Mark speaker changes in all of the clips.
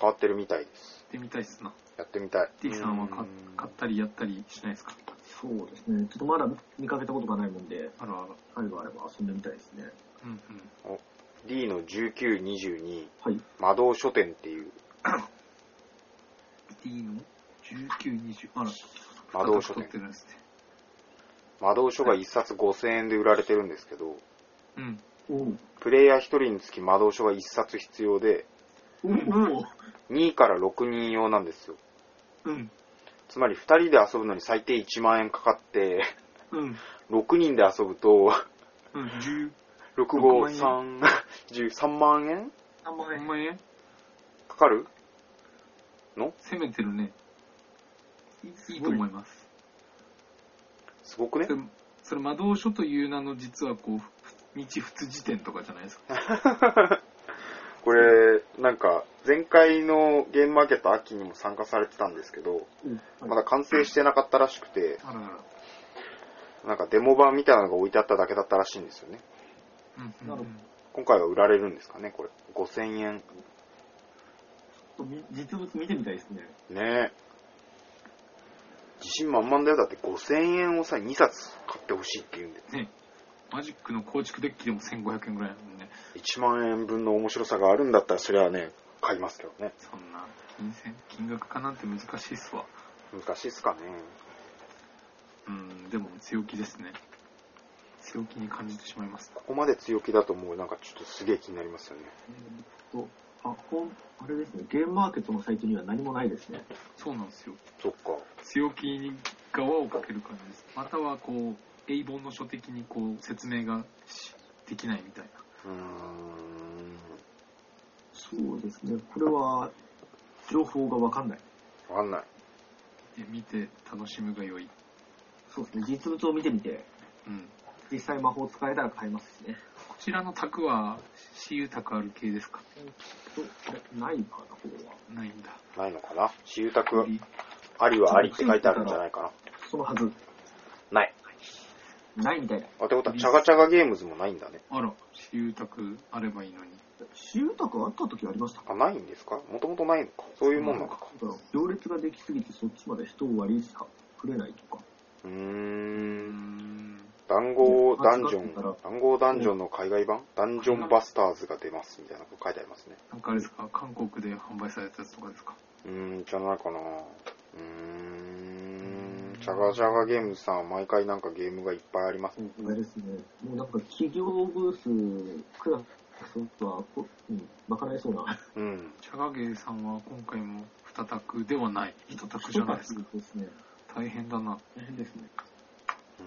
Speaker 1: 変わってるみたいです
Speaker 2: ってみたいっすな。
Speaker 1: やってみたい
Speaker 2: T さんは
Speaker 1: う
Speaker 2: 買
Speaker 1: ん
Speaker 2: 買ったりやったりしないですか
Speaker 3: そうですね。ちょっとまだ見かけたことがないもんで、
Speaker 2: あらあら。
Speaker 3: あればあれば遊んでみたいですね。
Speaker 2: うんうん。
Speaker 1: D の1922
Speaker 3: はい。
Speaker 1: 魔導書店っていう
Speaker 2: D の19、20。あら。
Speaker 1: 魔導書
Speaker 2: 取
Speaker 1: 店
Speaker 2: ってるんですね。
Speaker 1: 魔導書が1冊5000円で売られてるんですけど
Speaker 2: うん。
Speaker 3: おう。
Speaker 1: プレイヤー1人につき魔導書が1冊必要で
Speaker 3: おう。
Speaker 1: 2から6人用なんですよ
Speaker 2: うん。
Speaker 1: つまり2人で遊ぶのに最低1万円かかって
Speaker 2: うん。
Speaker 1: 6人で遊ぶと
Speaker 2: うん。10、
Speaker 1: 653 13万円
Speaker 3: 3万
Speaker 2: 3
Speaker 3: 円。
Speaker 2: 万円
Speaker 1: かかる
Speaker 2: 攻めてるね。いいいと思います。
Speaker 1: すごくね
Speaker 2: でもそれ魔導書という名の実はこうふ道仏辞典とかじゃないですか
Speaker 1: これなんか前回のゲームマーケット秋にも参加されてたんですけど
Speaker 3: うん
Speaker 1: まだ完成してなかったらしくて
Speaker 2: あらあら、
Speaker 1: なんかデモ版みたいなのが置いてあっただけだったらしいんですよね
Speaker 2: うんうん
Speaker 3: なるほ
Speaker 1: 今回は売られるんですかねこれ5000円
Speaker 3: み実物見てみたいですね。
Speaker 1: ねえ自信満々だよだって5000円をさ2冊買ってほしいって言うんで
Speaker 2: ねマジックの構築デッキでも1500円ぐらいだもんね
Speaker 1: 1万円分の面白さがあるんだったらそれはね買いますけどね
Speaker 2: そんな金銭金額化なんて難しいっすわ
Speaker 1: 難しいっすかね
Speaker 2: うんでも強気ですね強気に感じてしまいます
Speaker 1: ここまで強気だともうなんかちょっとすげえ気になりますよね
Speaker 3: と、あ、ほん、あれですね。ゲームマーケットのサイトには何もないですね。
Speaker 2: そうなんですよ
Speaker 1: そっか
Speaker 2: 強気に側をかける感じですまたはこう英本の書的にこう説明がしできないみたいう
Speaker 1: ーん
Speaker 3: そうですね。これは、情報がわかんない。
Speaker 1: わかんない。
Speaker 2: なで見て楽しむが良い
Speaker 3: そうですね。実物を見てみて、
Speaker 2: うん
Speaker 3: 実際魔法使えたら買えますしね。
Speaker 2: こちらの卓は私有卓ある系ですか
Speaker 3: とあれないかな、これは。
Speaker 2: ないんだ。
Speaker 1: ないのかな私有宅
Speaker 2: よ
Speaker 1: は
Speaker 2: り
Speaker 1: ありはありって書いてあるんじゃないかな
Speaker 3: そのはず。
Speaker 1: ない。
Speaker 3: ないみたいだ。
Speaker 1: あ、ってことは、チャガチャガゲームズもないんだね。
Speaker 2: あら、私有宅あればいいのに。
Speaker 3: 私有宅あった時ありましたか
Speaker 1: あ、ないんですかもともとないのか。そういうもんなのか。
Speaker 3: 行列ができすぎてそっちまで人を割りしか触れないとか。
Speaker 1: うー
Speaker 2: うー
Speaker 1: ん。
Speaker 2: ん。
Speaker 1: 談合ダンジョ
Speaker 3: 間違ってたら
Speaker 1: ン、談合ダンジョンの海外版ダンジョンバスターズが出ますみたいなこと書いてありますね。
Speaker 2: なんかあれですか韓国で販売されたやつとかですか
Speaker 1: うーん、じゃないかな。うーん。チャガチャガゲームズさんは毎回なんかゲームがいっぱいあります。
Speaker 3: あれですね。もうなんか企業ブースクラスは、こうん、まかないそうな。
Speaker 1: うん。
Speaker 2: チャガゲーさんは今回も二択ではない。一択じゃないで すか。
Speaker 3: そうですね。
Speaker 2: 大変だな。
Speaker 3: 大変ですね。
Speaker 1: う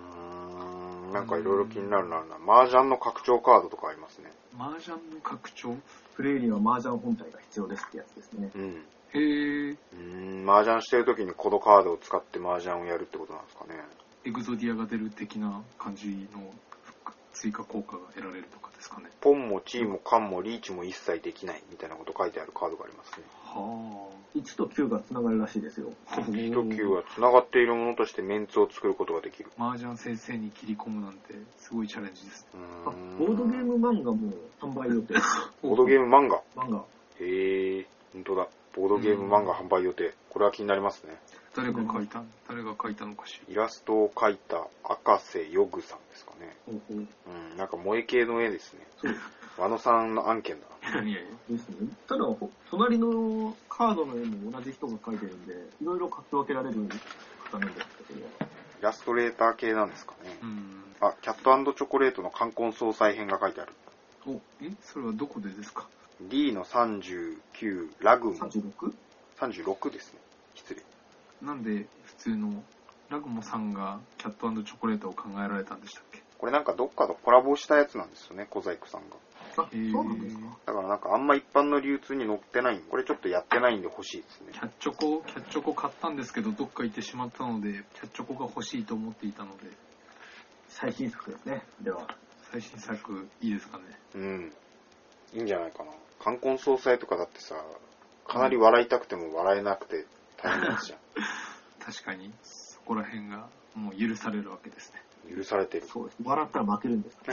Speaker 1: ーん。なんかいろいろ気になるなるな。麻雀の拡張カードとかありますね。
Speaker 2: 麻雀の拡張
Speaker 3: プレイには麻雀本体が必要ですってやつですね。
Speaker 1: うん。
Speaker 2: へー、
Speaker 1: うーん、麻雀してる時にこのカードを使って麻雀をやるってことなんですかね。
Speaker 2: エグゾディアが出る的な感じの復追加効果が得られるとかですかね。
Speaker 1: ポンもチーもカンもリーチも一切できないみたいなこと書いてあるカードがありますね。
Speaker 2: は
Speaker 3: 1と9が繋がるらしいですよ。
Speaker 2: あ。
Speaker 1: 一級は繋がっているものとしてメンツを作ることができる。
Speaker 2: 麻雀先生に切り込むなんてすごいチャレンジですね。
Speaker 1: う
Speaker 3: あ、
Speaker 1: ー
Speaker 3: ボ
Speaker 1: ん
Speaker 3: ードゲーム漫画も販売予定。
Speaker 1: ボードゲーム漫画。
Speaker 3: 漫画。
Speaker 1: へえ、ほんとだ。ボードゲーム漫画販売予定。これは気になりますね。
Speaker 2: 誰が書いた誰が書いたのかしら。
Speaker 1: イラストを描いた赤瀬ヨグさんですかね。
Speaker 3: ほうほう
Speaker 1: うん、なんか萌え系の絵ですね。
Speaker 3: そう
Speaker 1: 和野さんの案件だな。
Speaker 2: いやいやいや
Speaker 3: ですね。ただ、ほ隣のカードの絵も同じ人が描いてるんで、いろいろ書き分けられる方なんですけど、
Speaker 1: イラストレーター系なんですかね
Speaker 2: う。ん。
Speaker 1: あ、キャットチョコレートの冠婚葬祭編が書いてある。
Speaker 2: お、えそれはどこでですか
Speaker 1: D の39、ラグモ
Speaker 3: 36?
Speaker 1: 36ですね。失礼。
Speaker 2: なんで普通のラグモさんがキャットチョコレートを考えられたんでしたっけ
Speaker 1: これなんかどっかとコラボしたやつなんですよね、小細工さんが。
Speaker 3: あ、そうなんですか。
Speaker 1: だからなんかあんま一般の流通に載ってないんでこれちょっとやってないんで欲しいですね
Speaker 2: キ。ャッチョコ、キャッチョコ買ったんですけど、どっか行ってしまったので、キャッチョコが欲しいと思っていたので、
Speaker 3: 最新作ですね。では、
Speaker 2: 最新作いいですかね。
Speaker 1: うん。いいんじゃないかな。冠婚葬祭とかだってさ、かなり笑いたくても笑えなくて大変ですじゃ
Speaker 2: 確かに、そこら辺がもう許されるわけです ね。
Speaker 1: ん。許されてる。
Speaker 3: そうです。笑ったら負けるんです。
Speaker 2: う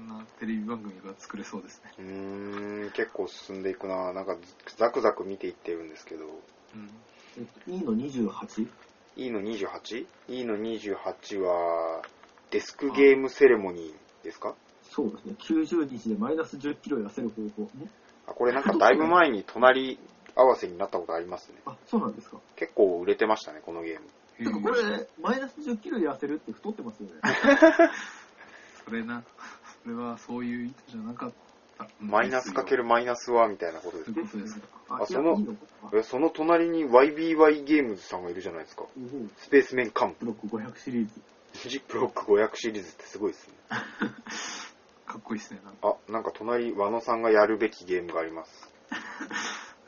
Speaker 2: んなテレビ番組が作れそうですね。
Speaker 1: うーん、結構進んでいくな。なんかザクザク見ていってるんですけど、
Speaker 2: うん。
Speaker 3: え E の 28?
Speaker 1: E の 28?E の28は、デスクゲームセレモニーですか
Speaker 3: そうですね。90日でマイナス10キロ痩せる方法。ん
Speaker 1: あ、これなんかだいぶ前に隣合わせになったことありますね。
Speaker 3: あ、そうなんですか。
Speaker 1: 結構売れてましたね、このゲーム。
Speaker 2: へ
Speaker 3: て
Speaker 2: ー
Speaker 3: かこれ、マイナス10キロで痩せるって太ってますよね。
Speaker 2: それな、それはそういう意図じゃなかった。
Speaker 1: マイナスかけ
Speaker 2: る。
Speaker 1: るマイナスは、みたいなことです
Speaker 2: そ
Speaker 1: か
Speaker 2: ういうことです。
Speaker 3: あ、
Speaker 1: あ
Speaker 3: い
Speaker 1: そ
Speaker 3: や、
Speaker 1: の
Speaker 3: いいのか。
Speaker 1: えその隣に YBY ゲームズさんがいるじゃないですか。
Speaker 3: おおブ
Speaker 1: スペースメンカンプ。
Speaker 3: ロック500シリーズ。
Speaker 1: ジップロック500シリーズってすごいですね。
Speaker 2: かっこいいですね。なんか
Speaker 1: あ、なんか隣、和野さんがやるべきゲームがあります。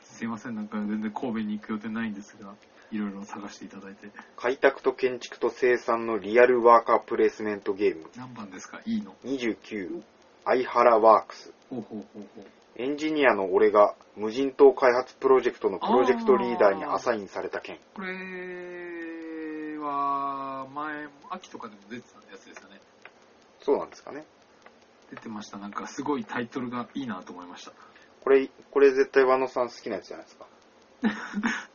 Speaker 2: すいません、なんか全然神戸に行く予定ないんですが、いろいろ探していただいて。
Speaker 1: 開拓と建築と生産のリアルワーカープレイスメントゲーム。
Speaker 2: 何番ですかいいの。
Speaker 1: 29、相原ワークス。
Speaker 2: ほうほうほうほう。
Speaker 1: エンジニアの俺が無人島開発プロジェクトのプロジェクトリーダーにアサインされた件。
Speaker 2: これは、前、秋とかでも出てたやつですよね。
Speaker 1: そうなんですかね。
Speaker 2: 出てました。なんかすごいタイトルがいいなと思いました。
Speaker 1: これ、これ絶対和野さん好きなやつじゃないですか。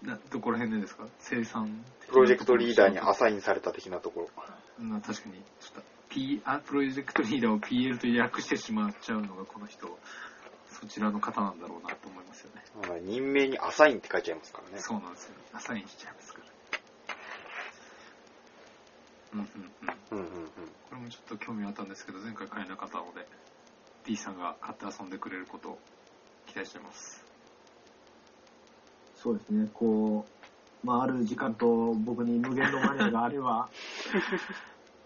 Speaker 2: などこら辺でですか生産
Speaker 1: プロジェクトリーダーにア
Speaker 2: 朝
Speaker 1: サインされた的なところ。
Speaker 2: な確かにちょっと P あプロジェクトリーダーを PL と略してしまっちゃうのがこの人そちらの方なんだろうなと思いますよね
Speaker 1: あの任命にアサインって書いちゃいますからね。
Speaker 2: そうなんですよねアサインしちゃいますからうんうんうんこ
Speaker 1: うんうんうん。
Speaker 2: れもちょっと興味あったんですけど前回買えなかったので D さんが買って遊んでくれることを期待してます
Speaker 3: そうですね。こう、まあ、ある時間と僕に無限のマネーがあ れば、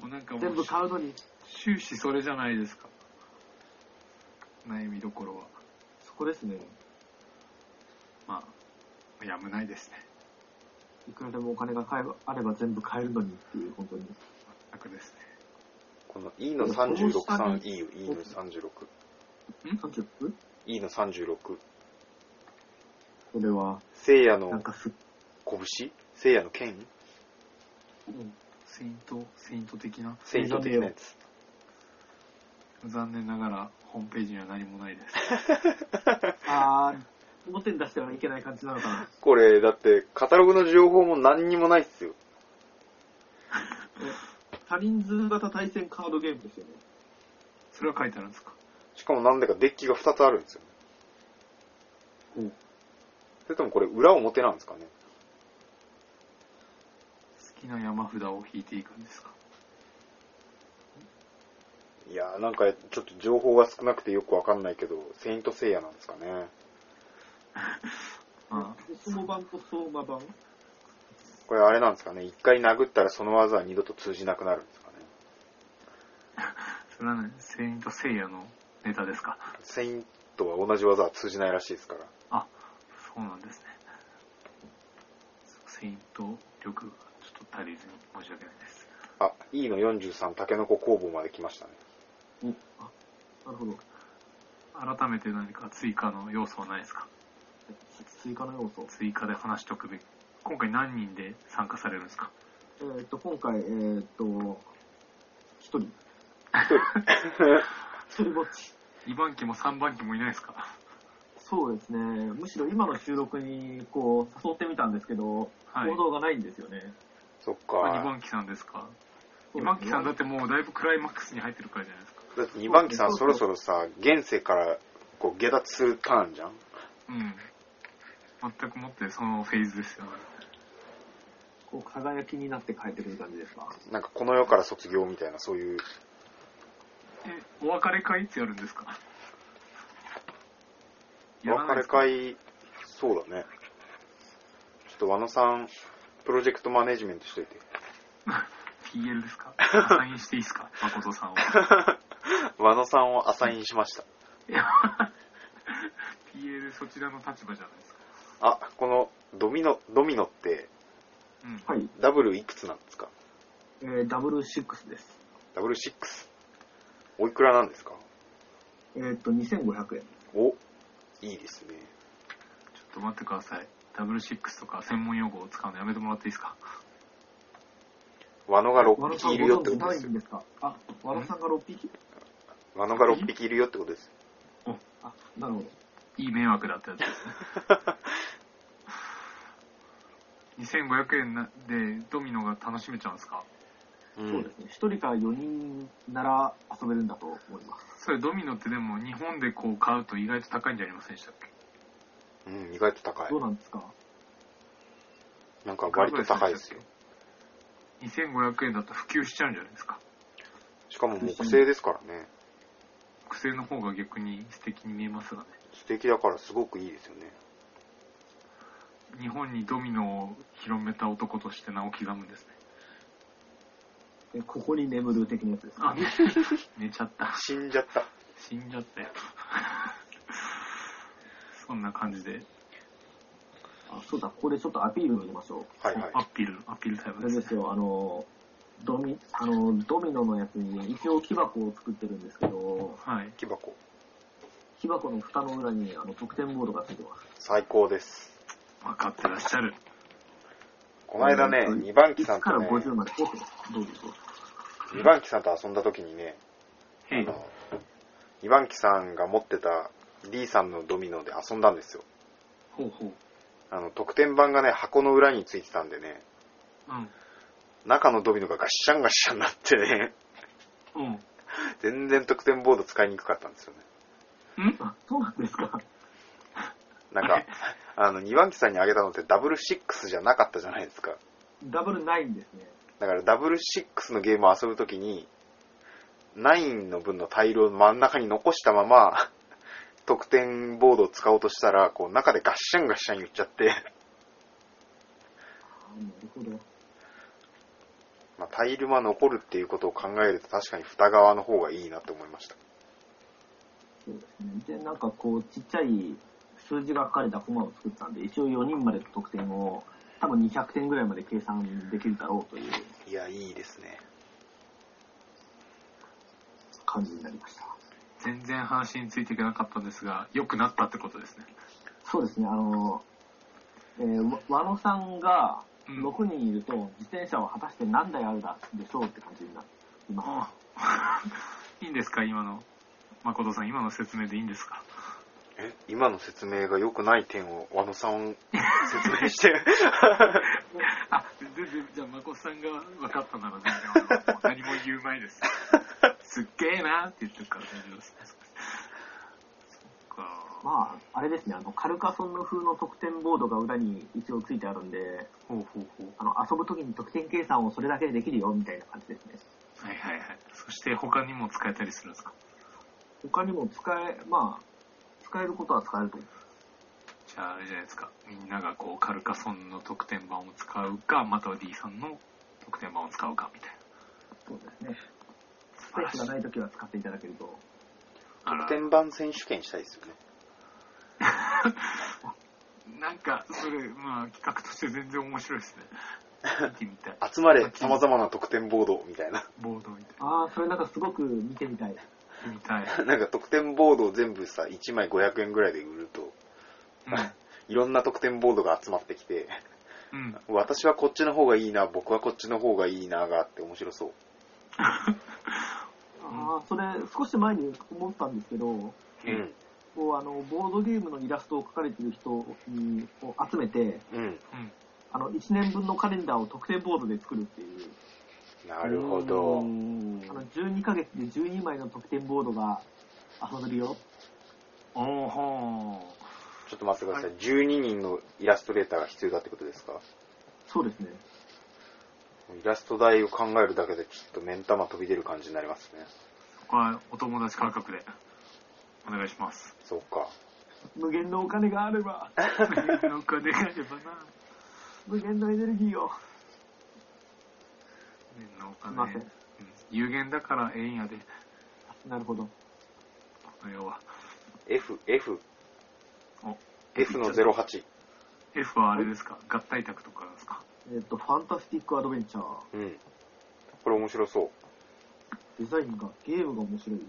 Speaker 2: もうなんかもう
Speaker 3: 全部買うのに、
Speaker 2: 終始それじゃないですか悩みどころは
Speaker 3: そこですね。
Speaker 2: まあやむないですね
Speaker 3: いくらでもお金が買えばあれば全部買えるのにっていう、本当に。
Speaker 2: 楽ですね
Speaker 1: この E の36、3、いいよ、E の36。
Speaker 3: 30分
Speaker 1: E の36。
Speaker 3: これは、
Speaker 1: 聖夜
Speaker 3: なん
Speaker 1: の
Speaker 3: かす、
Speaker 1: 拳聖夜の剣
Speaker 2: セイント、セイント的な。
Speaker 1: 聖女的なやつ。
Speaker 2: 残念ながら、ホームページには何もないです。
Speaker 3: あー、表に出してはいけない感じなのかな。
Speaker 1: これ、だって、カタログの情報も何にもないっすよ。
Speaker 3: 多人数型対戦カードゲームですよね。
Speaker 2: それは書いてあるんですか
Speaker 1: しかもなんだかデッキが2つあるんですよ。
Speaker 2: ほう
Speaker 1: それともこれ、裏表なんですかね。
Speaker 2: 好きな山札を引いていくんですか
Speaker 1: いやー、なんか、ちょっと情報が少なくてよくわかんないけど、セイント聖夜なんですかね。
Speaker 2: まあ、
Speaker 3: 相場版と相馬版
Speaker 1: これ、あれなんですかね。一回殴ったらその技は二度と通じなくなるんですかね。
Speaker 2: それはね、セイントセイヤのネタですか
Speaker 1: セイントは同じ技は通じないらしいですから。
Speaker 2: あ、そうなんですね。セイント力がちょっと足りずに申し訳ないです。
Speaker 1: あ、E の43、タケノコ工房まで来ましたね。
Speaker 3: あ、なるほど。
Speaker 2: 改めて何か追加の要素はないですか
Speaker 3: 追加の要素。
Speaker 2: 追加で話しておくべき。今回何人で参加されるんですか
Speaker 3: えーっと、今回、えーっと、一人。一人ぼっち。
Speaker 2: 2番機も3番機もいないですか
Speaker 3: そうですね。むしろ今の収録に、こう、誘ってみたんですけど、
Speaker 2: はい
Speaker 3: 行動がないんですよね。
Speaker 1: そっ
Speaker 2: あ
Speaker 1: か
Speaker 2: 二。番機さんですか
Speaker 3: そ
Speaker 2: 二
Speaker 3: うですね
Speaker 2: 番機さんだってもうだいぶクライマックスに入ってるからじゃないですか。
Speaker 1: だって2番機さん
Speaker 3: そう
Speaker 1: そ
Speaker 3: そう
Speaker 1: ろそろさ、現世からこう下脱するターンじゃん
Speaker 2: うん。全くもってそのフェーズですよね。
Speaker 3: こう、輝きになって帰ってくる感じですか。
Speaker 1: なんかこの世から卒業みたいな、そういう。
Speaker 2: え、お別れ会いつやるんですか
Speaker 1: お別れ
Speaker 2: い
Speaker 1: 会、そうだね。ちょっと和野さん、プロジェクトマネジメントしといて。
Speaker 2: ?PL で すかアサインしていいですか誠さんを。
Speaker 1: 和野さんをアサインしました。
Speaker 2: いや PL そちらの立場じゃないですか。
Speaker 1: あ、このドミノ、ドミノって
Speaker 2: うん。
Speaker 3: はい。
Speaker 1: ダブルいくつなんですか
Speaker 3: えー、ダブルシックスです。
Speaker 1: ダブル6。おいくらなんですか
Speaker 3: えーっと、2500円。
Speaker 1: お、いいですね。
Speaker 2: ちょっと待ってください。ダブルシックスとか専門用語を使うのやめてもらっていいですか
Speaker 1: 和野が
Speaker 3: 和
Speaker 1: 6
Speaker 3: 田さん
Speaker 1: 匹い
Speaker 3: ご
Speaker 1: るよっ
Speaker 3: 存
Speaker 1: て
Speaker 3: 知
Speaker 1: こと
Speaker 3: な
Speaker 1: で
Speaker 3: い
Speaker 1: すよ
Speaker 3: ん。ですかあ、和田さんが6匹
Speaker 1: マノが6匹いるよってことです。
Speaker 3: あ、なるほど。
Speaker 2: いい迷惑だったや つですね。2500円なでドミノが楽しめちゃうんですか
Speaker 1: う
Speaker 3: そうですね。一人から四人なら遊べるんだと思います。
Speaker 2: それドミノってでも日本でこう買うと意外と高いんじゃありませんでしたっけ
Speaker 1: うん、意外と高い
Speaker 3: ど。うなんですか
Speaker 1: なんか割と高いですよ。
Speaker 2: 2500円だと普及しちゃうんじゃないですか
Speaker 1: しかも木製ですからね。
Speaker 2: 木製の方が逆に素敵に見えますがね
Speaker 1: 素敵だからすごくいいですよね。
Speaker 2: 日本にドミノを広めた男として名を刻むんですね
Speaker 3: えここに眠る的なやつですか
Speaker 2: あ寝ちゃった
Speaker 1: 死んじゃった。
Speaker 2: 死んじゃったよそんな感じで
Speaker 3: あ、そうだ、ここでちょっとアピールを入れましょう。
Speaker 1: はいはい。
Speaker 2: アピールアピールタイ
Speaker 3: あ
Speaker 2: ム
Speaker 3: れ
Speaker 2: です
Speaker 3: ですよ、あの、ドミ、あの、ドミノのやつに一応木箱を作ってるんですけど、
Speaker 2: はい
Speaker 1: 木箱。
Speaker 3: 木箱の蓋の裏にあの得点ボードがついてます。
Speaker 1: 最高です。
Speaker 2: 分かってらっしゃる
Speaker 1: この間ね、
Speaker 3: うん
Speaker 1: 2番機さ
Speaker 3: 1
Speaker 1: んと
Speaker 3: から
Speaker 1: ね、
Speaker 3: 50まで。おっとどうでしょう。
Speaker 1: 2番機さんと遊んだ時にね、
Speaker 2: へい
Speaker 1: 2番機さんが持ってた D さんのドミノで遊んだんですよ。
Speaker 2: ほうほう
Speaker 1: あの、特典版がね、箱の裏についてたんでね、
Speaker 2: う
Speaker 1: 中のドミノがガッシャンガッシャンになってね、
Speaker 2: んうん
Speaker 1: 全然特典ボード使いにくかったんですよね。
Speaker 2: ん
Speaker 3: あ、そうなんですか。
Speaker 1: なん
Speaker 2: あ
Speaker 1: か
Speaker 2: れ、
Speaker 1: あの、2番機さんにあげたのってダブルシックスじゃなかったじゃないですか。
Speaker 3: ダブルないんですね。
Speaker 1: だからダブルシックスのゲームを遊ぶときに、9の分の大量を真ん中に残したまま、得点ボードを使おうとしたら、こう中でガッシャンガッシャン言っちゃって、
Speaker 3: あなるほど。
Speaker 1: まあ、タイルは残るっていうことを考えると確かに蓋側の方がいいなと思いました。
Speaker 3: そうですね。で、なんかこう、ちっちゃい数字が書かれたコマを作ったんで、一応4人までの得点を、多分200点ぐらいまで計算できるだろうという
Speaker 1: いや、いいですね。
Speaker 3: 感じになりました。
Speaker 2: 全然話についていけなかったんですが良くなったってことですね
Speaker 3: そうですね、あの、えー、わ和野さんが
Speaker 2: うん
Speaker 3: 6人いると、自転車は果たして何台あるだでしょうって感じになっていま
Speaker 2: あ いいんですか今の誠さん今の説明でいいんですか
Speaker 1: え、今の説明が良くない点を和野さん説明 して、
Speaker 2: あ全然じゃあ誠さんが分かったなら全然あの何も言うまいです すっげえなって言ってるから大丈夫ですそっ
Speaker 3: す。
Speaker 2: か
Speaker 3: まあ、あれですね、あの、カルカソンの風の得点ボードが裏に一応ついてあるんで、
Speaker 2: ほうほうほう
Speaker 3: あの、遊ぶときに得点計算をそれだけでできるよ、みたいな感じですね。
Speaker 2: はいはいはいそして他にも使えたりするんですか
Speaker 3: 他にも使え、まあ、使えることは使えると思う。
Speaker 2: じゃああれじゃないですかみんながこうカルカソンの得点版を使うかまたは D さんの得点版を使うかみたいな
Speaker 3: そうですね。
Speaker 2: 素
Speaker 3: スペ
Speaker 2: 晴ら
Speaker 3: ース
Speaker 2: し
Speaker 3: が
Speaker 2: い
Speaker 3: ないときは使っていただけると。
Speaker 2: あら
Speaker 1: 得点版選手権したいですよね。
Speaker 2: なんかそれまあ企画として全然面白いですね見てみたい
Speaker 1: 集まれ、様々な得点ボードみたいな。
Speaker 2: ボードみたい
Speaker 3: ああ、それなんかすごく見てみたい。
Speaker 2: 見てみたい、
Speaker 1: なんか得点ボードを全部さ、1枚500円ぐらいで売ると、いろんな得点ボードが集まってきて、
Speaker 2: うん、うん、
Speaker 1: 私はこっちの方がいいな、僕はこっちの方がいいながあって面白そう。
Speaker 3: ああ、それ少し前に思ったんですけど、
Speaker 1: うん。
Speaker 3: こうあのボードゲームのイラストを描かれてる人を集めて
Speaker 1: うん。
Speaker 2: うん
Speaker 3: あの1年分のカレンダーを特典ボードで作るっていう
Speaker 1: なるほど
Speaker 2: う。ん
Speaker 3: あの12ヶ月で12枚の特典ボードが遊べるよ
Speaker 2: おーほ
Speaker 1: ちょっと待ってください。12人のイラストレーターが必要だってことですか
Speaker 3: そうですね
Speaker 1: イラスト代を考えるだけでちょっと目ん玉飛び出る感じになりますね。
Speaker 2: ーそこはお友達価格でお願いし ます
Speaker 1: そうか。
Speaker 3: 無限のお金があれば
Speaker 2: なんか願えればな
Speaker 3: 無限のエネルギーを
Speaker 2: なん
Speaker 3: すい
Speaker 2: か
Speaker 3: ま
Speaker 2: ね
Speaker 3: せん
Speaker 2: うん有限だからええんやで
Speaker 3: なるほど
Speaker 2: この世は
Speaker 1: F、F、
Speaker 2: お
Speaker 1: F の08。
Speaker 2: F はあれですか合体卓とかですか
Speaker 3: えっ、とファンタスティックアドベンチャー
Speaker 1: うん。これ面白そう。
Speaker 3: デザインがゲームが面白い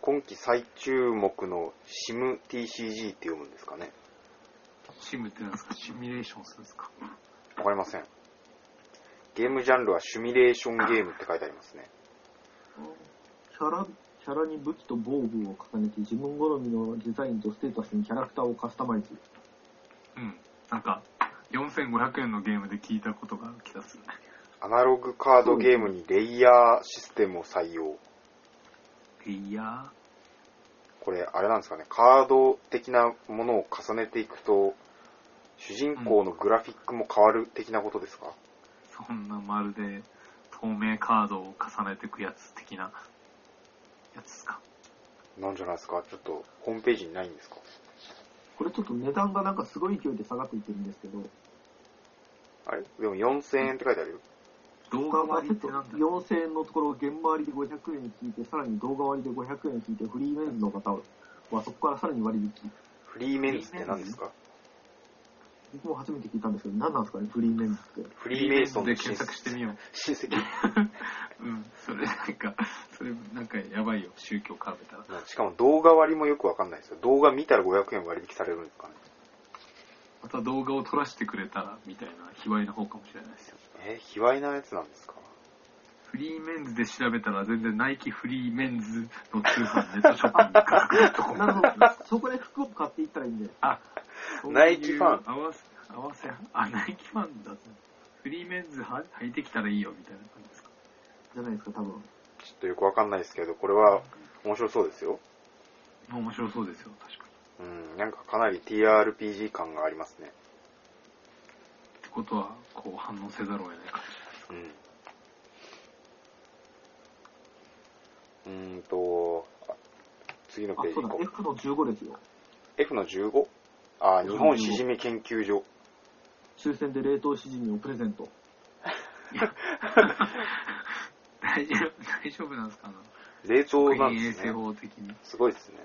Speaker 1: 今季最注目の SIMTCG って読むんですかね。
Speaker 2: シムってなんですかシミュレーションするんですか
Speaker 1: わかりません。ゲームジャンルはシミュレーションゲームって書いてありますね。
Speaker 3: キャラ、キャラに武器と防具を重ねて自分好みのデザインとステータスにキャラクターをカスタマイズ。
Speaker 2: うん。なんか、4500円のゲームで聞いたことがある気がする。
Speaker 1: アナログカードゲームにレイヤーシステムを採用。
Speaker 2: いや
Speaker 1: これ、あれなんですかね、カード的なものを重ねていくと、主人公のグラフィックも変わる的なことですか、
Speaker 2: ー、そんなまるで透明カードを重ねてくやつ的なやつですか。
Speaker 1: なんじゃないですかちょっと、ホームページにないんですか
Speaker 3: これちょっと値段がなんかすごい勢いで下がっていってるんですけど、
Speaker 1: あれでも4000円って書いてあるよ。
Speaker 2: 動画割りってなんだ
Speaker 3: 4000円のところ、現回りで500円引いて、さらに動画割りで500円引いて、フリーメンズの方はそこからさらに割引。
Speaker 1: フリーメンズって何ですか
Speaker 3: 僕も初めて聞いたんですけど、何なんですかね、フリーメンズ って。
Speaker 1: フリーメイソン
Speaker 2: で
Speaker 1: の
Speaker 2: 検
Speaker 1: 親
Speaker 2: 索してみよう。
Speaker 1: 親戚。
Speaker 2: うん、それなんか、それなんかやばいよ、宗教かべたら。
Speaker 1: しかも動画割りもよくわかんないですよ。動画見たら500円割引されるんですかね。
Speaker 2: また動画を撮らせてくれたら、みたいな、卑猥な方かもしれないですよ。
Speaker 1: えー、卑猥なやつなんですか
Speaker 2: フリーメンズで調べたら、全然ナイキフリーメンズの通販ネットショッピング価格のとこ
Speaker 3: なるほど、そこで服を買っていったらいいんで、
Speaker 2: あ、そういう
Speaker 1: ナイキファン
Speaker 2: 合わせ、合わせ、あ、ナイキファンだと。フリーメンズは履いてきたらいいよ、みたいな感じですか。
Speaker 3: じゃないですか、多
Speaker 1: ち
Speaker 3: 分。
Speaker 1: ょっとよくわかんないですけど、これは面白そうですよ。
Speaker 2: 面白そうですよ、確かに。
Speaker 1: うん、なんかかなり TRPG 感がありますね。
Speaker 2: ってことは、こう反応せざるを得ないかもし
Speaker 1: うん。うーんと、あ次の
Speaker 3: あ
Speaker 1: ペー、ジ
Speaker 3: そ
Speaker 1: 行
Speaker 3: うだ
Speaker 1: こ、う。
Speaker 3: F の15ですよ。
Speaker 1: F の15。あ、日本しじみ研究所。
Speaker 3: 抽選で冷凍シジミをプレゼント。
Speaker 2: れない。大丈夫、大丈夫なんですかな
Speaker 1: 冷凍なん
Speaker 2: 国
Speaker 1: で
Speaker 2: 衛
Speaker 1: す
Speaker 2: 生
Speaker 1: ね。
Speaker 2: 法的に。
Speaker 1: すごいですね。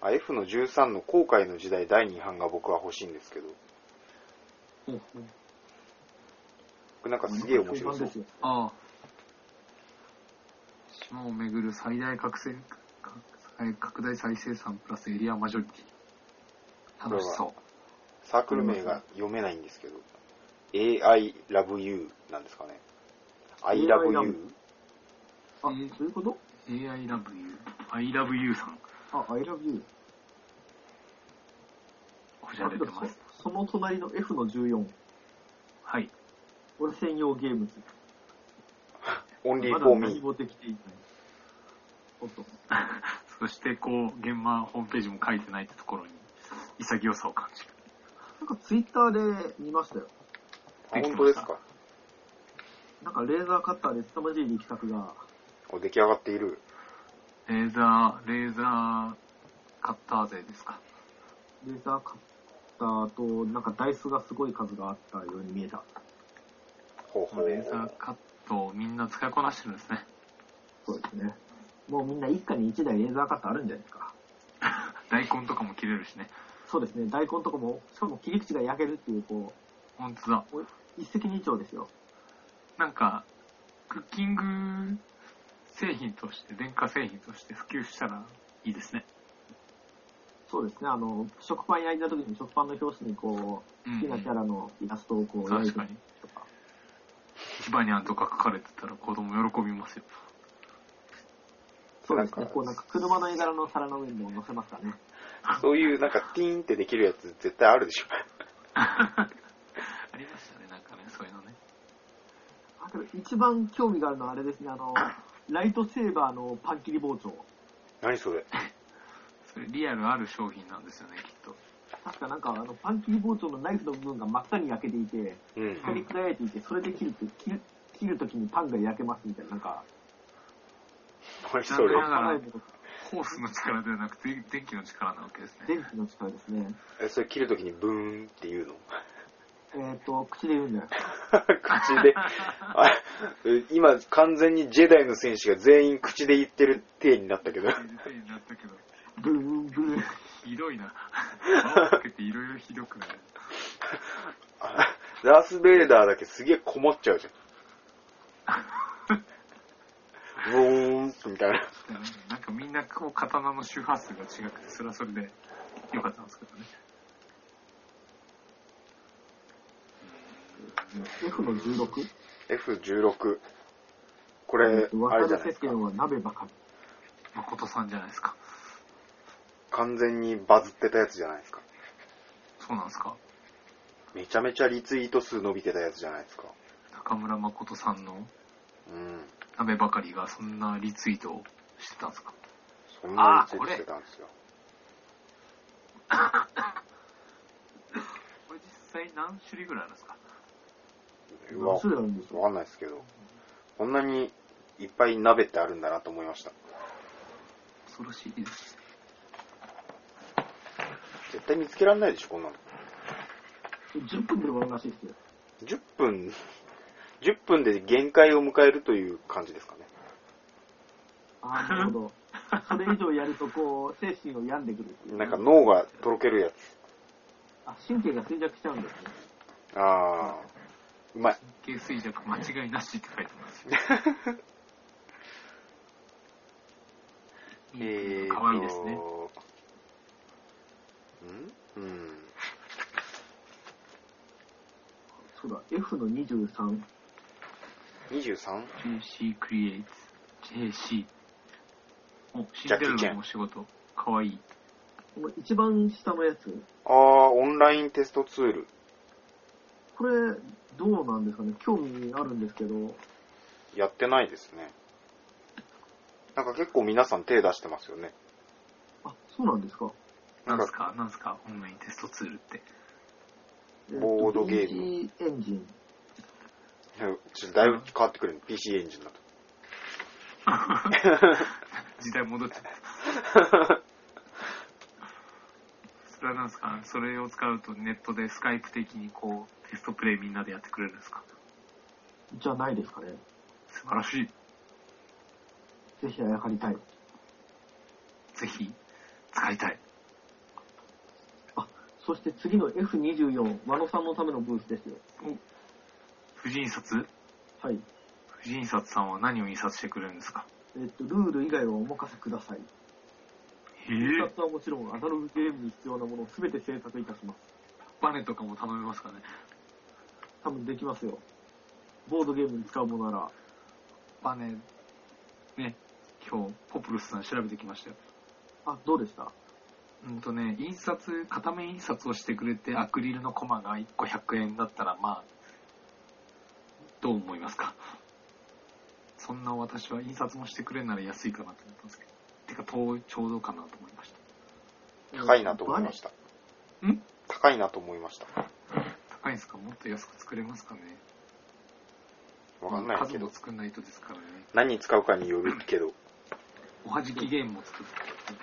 Speaker 1: あ、F の13の後悔の時代第2版が僕は欲しいんですけど、こ
Speaker 2: ほうほう
Speaker 1: れなんかすげえ面白
Speaker 3: 評
Speaker 1: そう
Speaker 3: 判で。すよ
Speaker 2: ああ。島を巡る最大拡散、拡大再生産プラスエリアマジョリティ。楽しそう。
Speaker 1: サークル名が読めないんですけど、AI Love You なんですかね。I
Speaker 3: AI
Speaker 1: Love
Speaker 3: Love
Speaker 1: You?
Speaker 3: あ、
Speaker 2: えー
Speaker 3: そういうこと
Speaker 2: AI love you. I love you さん。
Speaker 3: あ、I love you.
Speaker 2: こじゃ
Speaker 3: だ
Speaker 2: れ
Speaker 3: け
Speaker 2: て
Speaker 3: ど
Speaker 2: ます。
Speaker 3: そその隣の F の14、
Speaker 2: はい。
Speaker 3: 俺専用ゲームズ。
Speaker 1: オンリー
Speaker 3: ま
Speaker 1: フォ
Speaker 3: だ
Speaker 1: ー
Speaker 3: 何
Speaker 1: ミ
Speaker 3: もできていない。おっと、
Speaker 2: そして、こう、現場ホームページも書いてないってところに、潔さを感じる。
Speaker 3: なんかツイッターで見ましたよ。
Speaker 1: ー。あ、本当ですか。
Speaker 3: なんかレーザーカッターで凄まじい力作が、
Speaker 1: お出来上がっている。
Speaker 2: レーザー、レーザーカッター勢ですか。
Speaker 3: レーザーカッターと、なんかダイスがすごい数があったように見えた。
Speaker 1: ほうほう。
Speaker 2: レーザーカットをみんな使いこなしてるんですね。
Speaker 3: そうですね。もうみんな一家に一台レーザーカッターあるんじゃないですか。
Speaker 2: 大根とかも切れるしね。
Speaker 3: そうですね、大根とかも、しかも切り口が焼けるっていう、こ
Speaker 2: 本当だ。
Speaker 3: う、一石二鳥ですよ。
Speaker 2: なんか、クッキング製品として、電化製品として普及したらいいですね。
Speaker 3: そうですね、あの、食パン焼いた時に食パンの表紙にこ
Speaker 2: う
Speaker 3: う、好きなキャ
Speaker 2: ん。
Speaker 3: ラのイラストをこう、焼
Speaker 2: 確
Speaker 3: いて
Speaker 2: か
Speaker 3: と
Speaker 2: に。
Speaker 3: か。
Speaker 2: ヒバニャンとか書かれてたら子供喜びますよ。
Speaker 3: そうです
Speaker 1: なんか
Speaker 3: ね、こうなんか車の絵柄の皿の上にも載せますかね。
Speaker 1: そういうなんかティーンってできるやつ絶対あるでしょ。
Speaker 2: ありましたね、なんかね、そういうのね。
Speaker 3: あ、けど一番興味があるのはあれですね、あの、ライトセーバーのパン切り包丁。
Speaker 1: 何それ。
Speaker 2: それリアルある商品なんですよね、きっと。
Speaker 3: 確かなんかあの、パン切り包丁のナイフの部分が真っ赤に焼けていて、
Speaker 1: うん。
Speaker 3: 光り輝いていて、それで切ると、切る、切る時にパンが焼けますみたいな、なんか、
Speaker 1: 何それ。
Speaker 2: だから
Speaker 3: 汚いもの
Speaker 2: ホースの力ではなくて、電気の力なわけですね。
Speaker 3: 電気の力ですね。
Speaker 1: え、それ切るときにブーンって言うの
Speaker 3: えっ、と、口で言うんじゃないですか。
Speaker 1: 口で。あえ今完全にジェダイの戦士が全員口で言ってる体になったけど。
Speaker 2: せいになったけど、
Speaker 3: ブーンブーン。
Speaker 2: ひどいな。泡をかけていろいろひどくなる。
Speaker 1: あダース・ベイダーだけすげえこもっちゃうじゃん。ブーンみたいな。
Speaker 2: なんかみんなこう刀の周波数が違くて、それはそれで良かったんですけどね。
Speaker 3: F の 16?
Speaker 1: F16。これ、あれ
Speaker 3: 渡
Speaker 1: じゃない
Speaker 3: 辺
Speaker 1: ですか
Speaker 3: 家。は鍋ばかり。
Speaker 2: 誠さんじゃないですか。
Speaker 1: 完全にバズってたやつじゃないですか。
Speaker 2: そうなんですか。
Speaker 1: めちゃめちゃリツイート数伸びてたやつじゃないですか。
Speaker 2: 中村誠さんの
Speaker 1: うん。
Speaker 2: 鍋ばかりがそんなリツイートをしてたんですか。
Speaker 1: そんなリツイートしてたんですよ。
Speaker 2: これ実際何種類ぐらいあるんですか
Speaker 1: うわ
Speaker 3: 何、種類あるんでしょう
Speaker 1: わかんないですけど、こんなにいっぱい鍋ってあるんだなと思いました。
Speaker 2: 恐ろしいです。
Speaker 1: 絶対見つけられないでしょ、こんなの。
Speaker 3: 10分で終わるらしいですよ。
Speaker 1: 10分、10分で限界を迎えるという感じですかね。
Speaker 3: ああ、なるほど。それ以上やると、こう、精神を病んでくるっていう
Speaker 1: なんか脳がとろけるや
Speaker 3: あ、神経が衰弱しちゃうんですね。
Speaker 1: つ。ああ、うまい。
Speaker 2: 経衰弱間違いなしって書いて ますよ。
Speaker 1: えーと
Speaker 2: 可愛いですね。
Speaker 1: うんうん。
Speaker 3: そうだ、F の23。
Speaker 1: 23?
Speaker 2: JC クリエイツ。JC。お、シンデレラのお仕事。かわいい。
Speaker 3: この一番下のやつ。
Speaker 1: ああ、オンラインテストツール。
Speaker 3: これ、どうなんですかね興味あるんですけど、
Speaker 1: やってないですね。なんか結構皆さん手出してますよね。
Speaker 3: あ、そうなんですか。
Speaker 1: な
Speaker 2: な
Speaker 1: か
Speaker 2: んんすかなんすかオンラインテストツールって。
Speaker 3: えっと
Speaker 1: ボードゲーム。
Speaker 3: PC エンジン。
Speaker 1: ちょっとだいぶ変わってくるね。PC エンジンだと。
Speaker 2: 時代戻っちゃった。 それはなんすかそれを使うとネットでスカイプ的にこう、テストプレイみんなでやってくれるんですか
Speaker 3: じゃないですかね。
Speaker 2: 素晴らしい。
Speaker 3: ぜひあやかりたい。
Speaker 2: ぜひ、使いたい。
Speaker 3: そして次の F24、和野さんのためのブースですよ。
Speaker 2: 婦人印刷
Speaker 3: はい。
Speaker 2: 婦人印刷さんは何を印刷してくれるんですか
Speaker 3: えっと、ルール以外はお任せください。
Speaker 2: へ
Speaker 3: 印
Speaker 2: え。
Speaker 3: 刷はもちろん、アナログゲームに必要なものを全て制作いたします。
Speaker 2: バネとかも頼めますかね
Speaker 3: 多分できますよ。ボードゲームに使うものなら、
Speaker 2: バネ、ね、今日、ポプルスさん調べてきましたよ。
Speaker 3: あ、どうでした
Speaker 2: うんとね、印刷、片面印刷をしてくれて、アクリルのコマが1個100円だったら、まあ、どう思いますかそんな私は印刷もしてくれるなら安いかなと思ったんですけど。てか、遠いちょうどかなと思いました。
Speaker 1: 高いなと思いました。
Speaker 2: ん
Speaker 1: 高いなと思いました。
Speaker 2: 高いんですかもっと安く作れますかね
Speaker 1: わかんないけ
Speaker 2: 数も
Speaker 1: ど。
Speaker 2: 作んないとですからね。
Speaker 1: 何に使うかによるけど。
Speaker 2: おはじきゲームも作ってたね。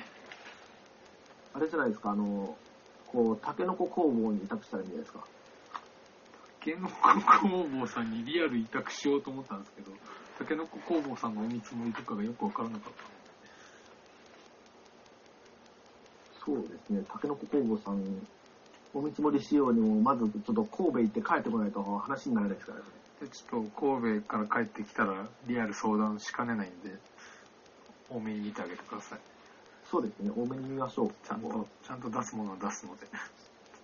Speaker 3: あれじゃないですか、あの、こう、タケノコ工房に委託したらいいんじゃないですか。
Speaker 2: タケノコ工房さんにリアル委託しようと思ったんですけど、タケノコ工房さんのお見積もりとかがよくわからなかった。
Speaker 3: そうですね、タケノコ工房さん、お見積もりしようにも、まずちょっと神戸行って帰ってこないと話にならないですからね。
Speaker 2: でちょっと神戸から帰ってきたらリアル相談しかねないんで多めに見てあげてください
Speaker 3: そうですね、多めに見ましょう。
Speaker 2: ちゃん
Speaker 3: こ
Speaker 2: とちゃんと出すものは出すので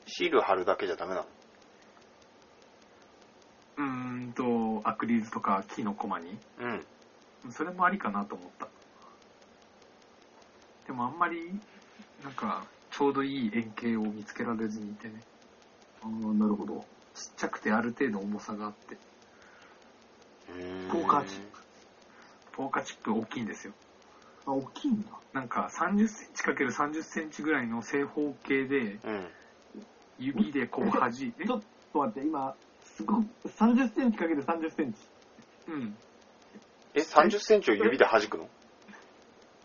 Speaker 1: シール貼るだけじゃダメなの
Speaker 2: うーんとアクリルとか木のコマに
Speaker 1: うん。
Speaker 2: それもありかなと思ったでもあんまりなんかちょうどいい円形を見つけられずにいてね
Speaker 3: うあーなるほど。
Speaker 2: ちっちゃくてある程度重さがあって
Speaker 1: 効
Speaker 3: 効果値
Speaker 2: ポーカーチップ大きいんですよ
Speaker 3: あ、大きいんだ。
Speaker 2: なんか30センチ ×30 センチぐらいの正方形で
Speaker 1: うん。
Speaker 2: 指でこう弾いて
Speaker 3: ちょっと待って、今、すごく、30センチかける30センチ。
Speaker 2: うん
Speaker 1: え、30センチを指で弾くの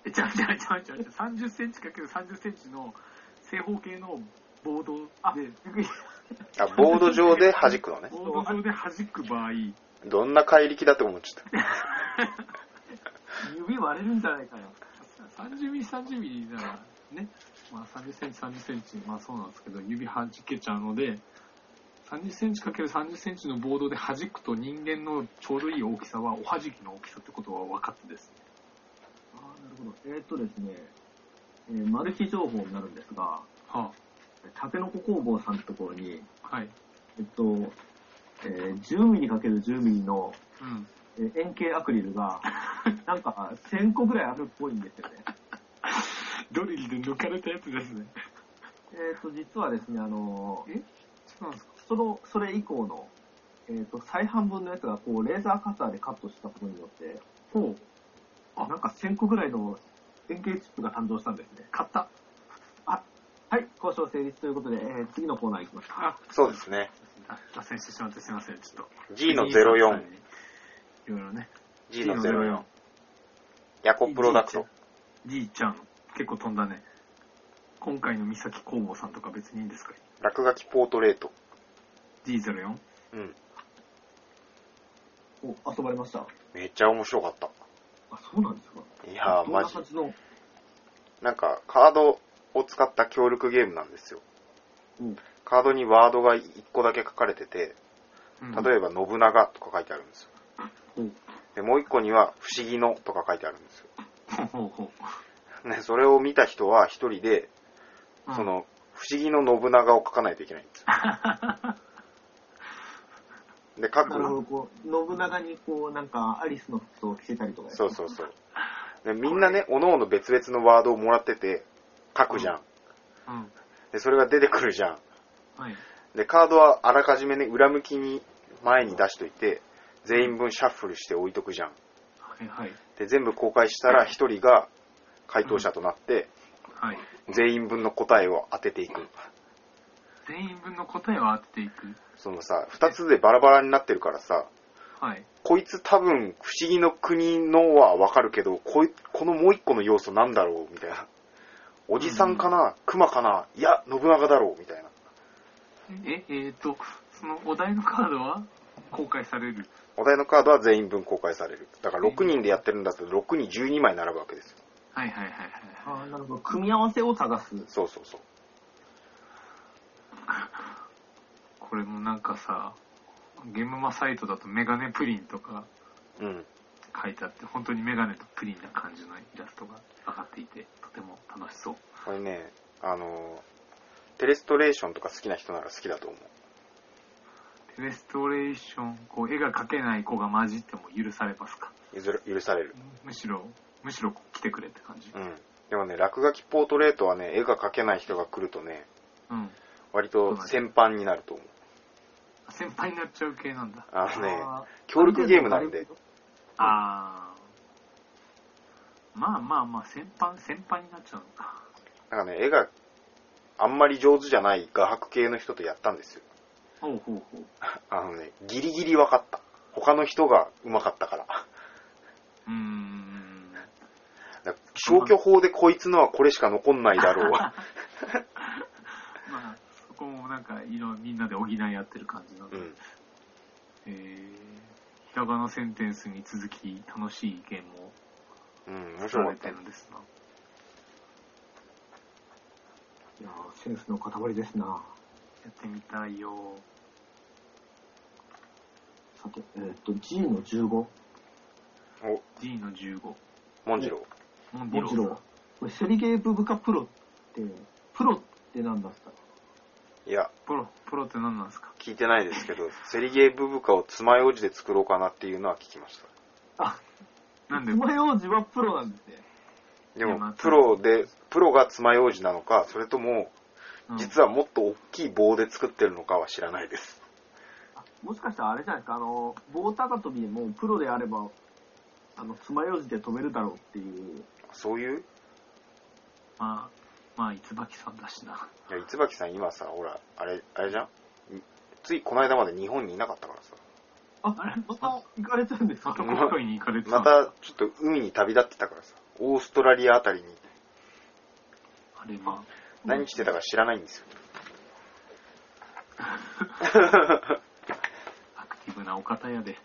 Speaker 2: え、ちゃうちゃうちゃうちゃうちゃう。30センチかける30センチの正方形のボードで、
Speaker 1: あ、ボード上で弾くの ね。
Speaker 2: ボード上で弾く場合、
Speaker 1: どんな怪力だって思っちゃった。
Speaker 3: 指割れるんじゃないかよ。
Speaker 2: 30ミリ30ミリならね、まあ30センチ30センチ、まあそうなんですけど、指弾けちゃうので、30センチかける30センチのボードで弾くと人間のちょうどいい大きさはおはじきの大きさってことは分かってですね。
Speaker 3: あーなるほど。えーっとですね、えーマル秘情報になるんですが、
Speaker 2: は
Speaker 3: タケノコ工房さんのところに、
Speaker 2: あ、はい。
Speaker 3: えっと、えー、10ミリかける10ミリの
Speaker 2: うん。
Speaker 3: えー円形アクリル が、なんか1000個ぐらいあるっぽいんですよね。
Speaker 2: ドリルで抜かれたやつですね。
Speaker 3: えっ、と、実はですね、あのー
Speaker 2: えそうなんですか
Speaker 3: その、それ以降の、えっ、と、再販分のやつが、こう、レーザーカッターでカットしたことによって、
Speaker 2: ほう。あ
Speaker 3: なんか1000個ぐらいの円形チップが誕生したんですね。
Speaker 2: 買った。
Speaker 3: あ、はい、交渉成立ということで、えー次のコーナー行きます。
Speaker 2: あ、
Speaker 1: そうですね。
Speaker 2: あ脱線してしまってすいません。ちょっと。
Speaker 1: G の04、。
Speaker 2: いろいろね。
Speaker 1: G の04、。ヤコプロダクト。
Speaker 2: G ちゃん、結構飛んだね。今回の三崎工房さんとか別にいいんですか
Speaker 1: 落書きポートレート。
Speaker 2: ?G04?
Speaker 1: うん。
Speaker 3: お、遊ばれました。
Speaker 1: めっちゃ面白かった。
Speaker 3: あ、そうなんですか。
Speaker 1: いやー、
Speaker 3: どんな
Speaker 1: マジ
Speaker 3: 感。じの、
Speaker 1: なんか、カードを使った協力ゲームなんですよ。
Speaker 3: うん
Speaker 1: カードにワードが1個だけ書かれてて、
Speaker 2: え
Speaker 1: 例えば、信長とか書いてあるんですよ。
Speaker 3: うん
Speaker 1: で、もう1個には、不思議のとか書いてあるんですよ。
Speaker 2: ば、ほうほうほ
Speaker 1: ね、それを見た人は1人で、
Speaker 2: う
Speaker 1: そ、の、不思議の信長を書かないといけないんですよ。で、書
Speaker 3: なるほ
Speaker 1: く。
Speaker 3: ど、こう、信長にこう、なんか、アリスの服装を着てたりとか、
Speaker 1: そうそうそう。で、みんなね、おのおの別々のワードをもらってて、書くじゃん。
Speaker 2: うん。
Speaker 1: で、それが出てくるじゃん。
Speaker 2: はい。
Speaker 1: で、カードはあらかじめね、裏向きに前に出しといて、全員分シャッフルして置いとくじゃん。
Speaker 2: はいはい。
Speaker 1: で、全部公開したら一人が回答者となって、
Speaker 2: はい。
Speaker 1: 全員分の答えを当てていく。
Speaker 2: 全員分の答えを当てていく。
Speaker 1: そのさ、二つでバラバラになってるからさ、
Speaker 2: はい。
Speaker 1: こいつ多分不思議の国のはわかるけど、こいこのもう一個の要素なんだろうみたいな。おじさんかな熊かないや、信長だろうみたいな。
Speaker 2: え、えー、と、そのお題のカードは公開される。
Speaker 1: お題のカードは全員分公開される。だから6人でやってるんだったら6に12枚並ぶわけですよ。
Speaker 2: はいはいはい
Speaker 3: あ
Speaker 2: は
Speaker 3: ーなるほど、組み合わせを探す。
Speaker 1: そうそうそう。
Speaker 2: い。これもなんかさ、ゲームマサイトだとメガネプリンとか
Speaker 1: うん。
Speaker 2: 書いてあって、本当にメガネとプリンな感じのイラストが上がっていて、とても楽しそう。
Speaker 1: これね、あの、テレストレーションとか好きな人なら好きだと思う。
Speaker 2: テレストレーション、こう、絵が描けない子が混じっても許されますか
Speaker 1: 譲る許される。
Speaker 2: むしろ、むしろ来てくれって感じ
Speaker 1: う。ん。でもね、落書きポートレートはね、絵が描けない人が来るとね、
Speaker 2: うん。
Speaker 1: 割と先般になると思う。
Speaker 2: 先輩になっちゃう系なんだ。
Speaker 1: あのね、
Speaker 3: あ
Speaker 1: 協力ゲームなんで、
Speaker 2: あー。まあまあまあ、先輩、先輩になっちゃうのか。
Speaker 1: なんかね、絵があんまり上手じゃない画伯系の人とやったんですよ。
Speaker 2: ほうほうほう。
Speaker 1: あのね、ギリギリ分かった。他の人が上手かったから。
Speaker 2: うーん。
Speaker 1: だから消去法でこいつのはこれしか残んないだろう。
Speaker 2: まあ、そこもなんか、いろ、みんなで補い合ってる感じなの
Speaker 1: う
Speaker 2: で。
Speaker 1: ん。
Speaker 2: えー、ひらがなセンテンスに続き、楽しいゲームを
Speaker 1: うん、面
Speaker 2: 作
Speaker 1: 白
Speaker 2: ら
Speaker 1: かっ
Speaker 2: れて
Speaker 1: た
Speaker 2: る。んですな。
Speaker 3: いやーセンスの塊ですな。
Speaker 2: やってみたいよ。
Speaker 3: さて、えっ、と、G の15。
Speaker 1: お、
Speaker 2: G の15。
Speaker 1: モンジロ
Speaker 2: モンディ
Speaker 3: も
Speaker 2: ロ
Speaker 3: ちろん。これ、セリゲーブブカプロって、プロって何だった
Speaker 1: ー。いや、
Speaker 2: プロ、プロって何なんですか
Speaker 1: 聞いてないですけど、セリゲーブブカを爪楊枝で作ろうかなっていうのは聞きました。
Speaker 3: あ、
Speaker 2: なんで、
Speaker 3: 爪楊枝はプロなんですね。
Speaker 1: で
Speaker 2: いやま
Speaker 1: も
Speaker 2: あ、
Speaker 1: プロで、プロが爪楊枝なのか、それとも、実
Speaker 2: は、
Speaker 1: はもっと大きい棒で作ってるのかは知らないです。
Speaker 3: あもしかしたらあれじゃないですか、あの、棒高跳びでもプロであれば、あの、爪楊枝で飛べるだろうっていう。
Speaker 1: そういう
Speaker 2: まあ、まあ、いつばきさんだし な。
Speaker 1: いや、いばきさん今さ、ほら、あれ、あれじゃんついこの間まで日本にいなかったからさ。
Speaker 3: あ、
Speaker 2: あれ
Speaker 3: また行かれちゃうんです
Speaker 2: ま
Speaker 3: か
Speaker 2: た国外に行かれてた
Speaker 1: ま
Speaker 2: の
Speaker 1: た、ちょっと海に旅立ってたからさ。オーストラリアあたりに
Speaker 2: あれ、ま
Speaker 1: 何してたか知らないんですよ。
Speaker 2: あ、アクティブなお方やで。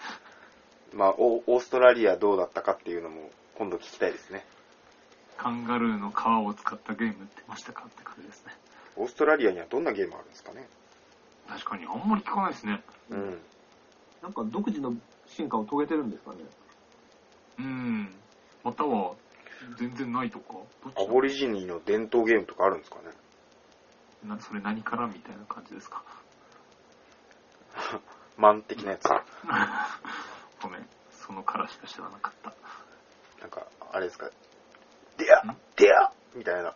Speaker 1: まあ、オオーストラリアどうだったかっていうのも、今度聞きたいですね。
Speaker 2: カンガルーの皮を使ったゲームってましたかって感じですね。
Speaker 1: オーストラリアにはどんなゲームあるんですかね
Speaker 2: 確かに、あんまり聞かないですね。
Speaker 1: うん。
Speaker 3: なんか独自の進化を遂げてるんですかね。
Speaker 2: うん。または、全然ないとか。どっ
Speaker 1: ア
Speaker 2: ち
Speaker 1: ボリジニの伝統ゲームとかあるんですかね
Speaker 2: なそれ何からみたいな感じですか。
Speaker 1: マン的なやつ。
Speaker 2: ごめん。そそのからしか知らなかった。
Speaker 1: なんか、あれですか、でゃ
Speaker 2: ん
Speaker 1: でゃみたいな。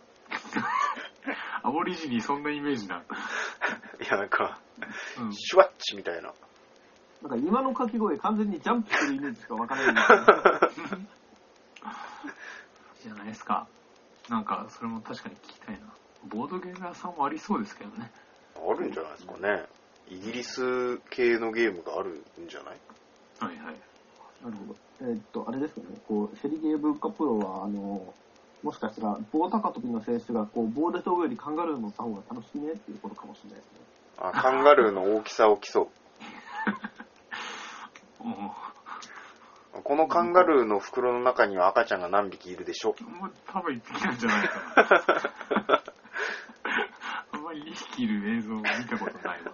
Speaker 2: 煽り時にそんなイメージなんだ。
Speaker 1: いや、なんか、
Speaker 2: うん。
Speaker 1: シュワッチみたいな。
Speaker 3: なんか今の掛け声完全にジャンプするイメージしかわからないんですけ
Speaker 2: じゃないですか。なんか、それも確かに聞きたいな。ボードゲーム屋さんはありそうですけどね。
Speaker 1: あるんじゃないですかね。イギリス系のゲームがあるんじゃない
Speaker 2: はいはい。
Speaker 3: ど。なるほど。えーっと、あれですよね、こう、セリゲー文化プロは、あの、もしかしたら、棒高跳びの選手が、こう、棒で飛ぶよりカンガルー乗った方が楽しいねっていうことかもしれないですね。
Speaker 1: あ、カンガルーの大きさを競う。
Speaker 2: おお。
Speaker 1: このカンガルーの袋の中には赤ちゃんが何匹いるでしょ
Speaker 2: もう多分一匹なんじゃないかな。 あんまり一匹いる映像を見たことないわ。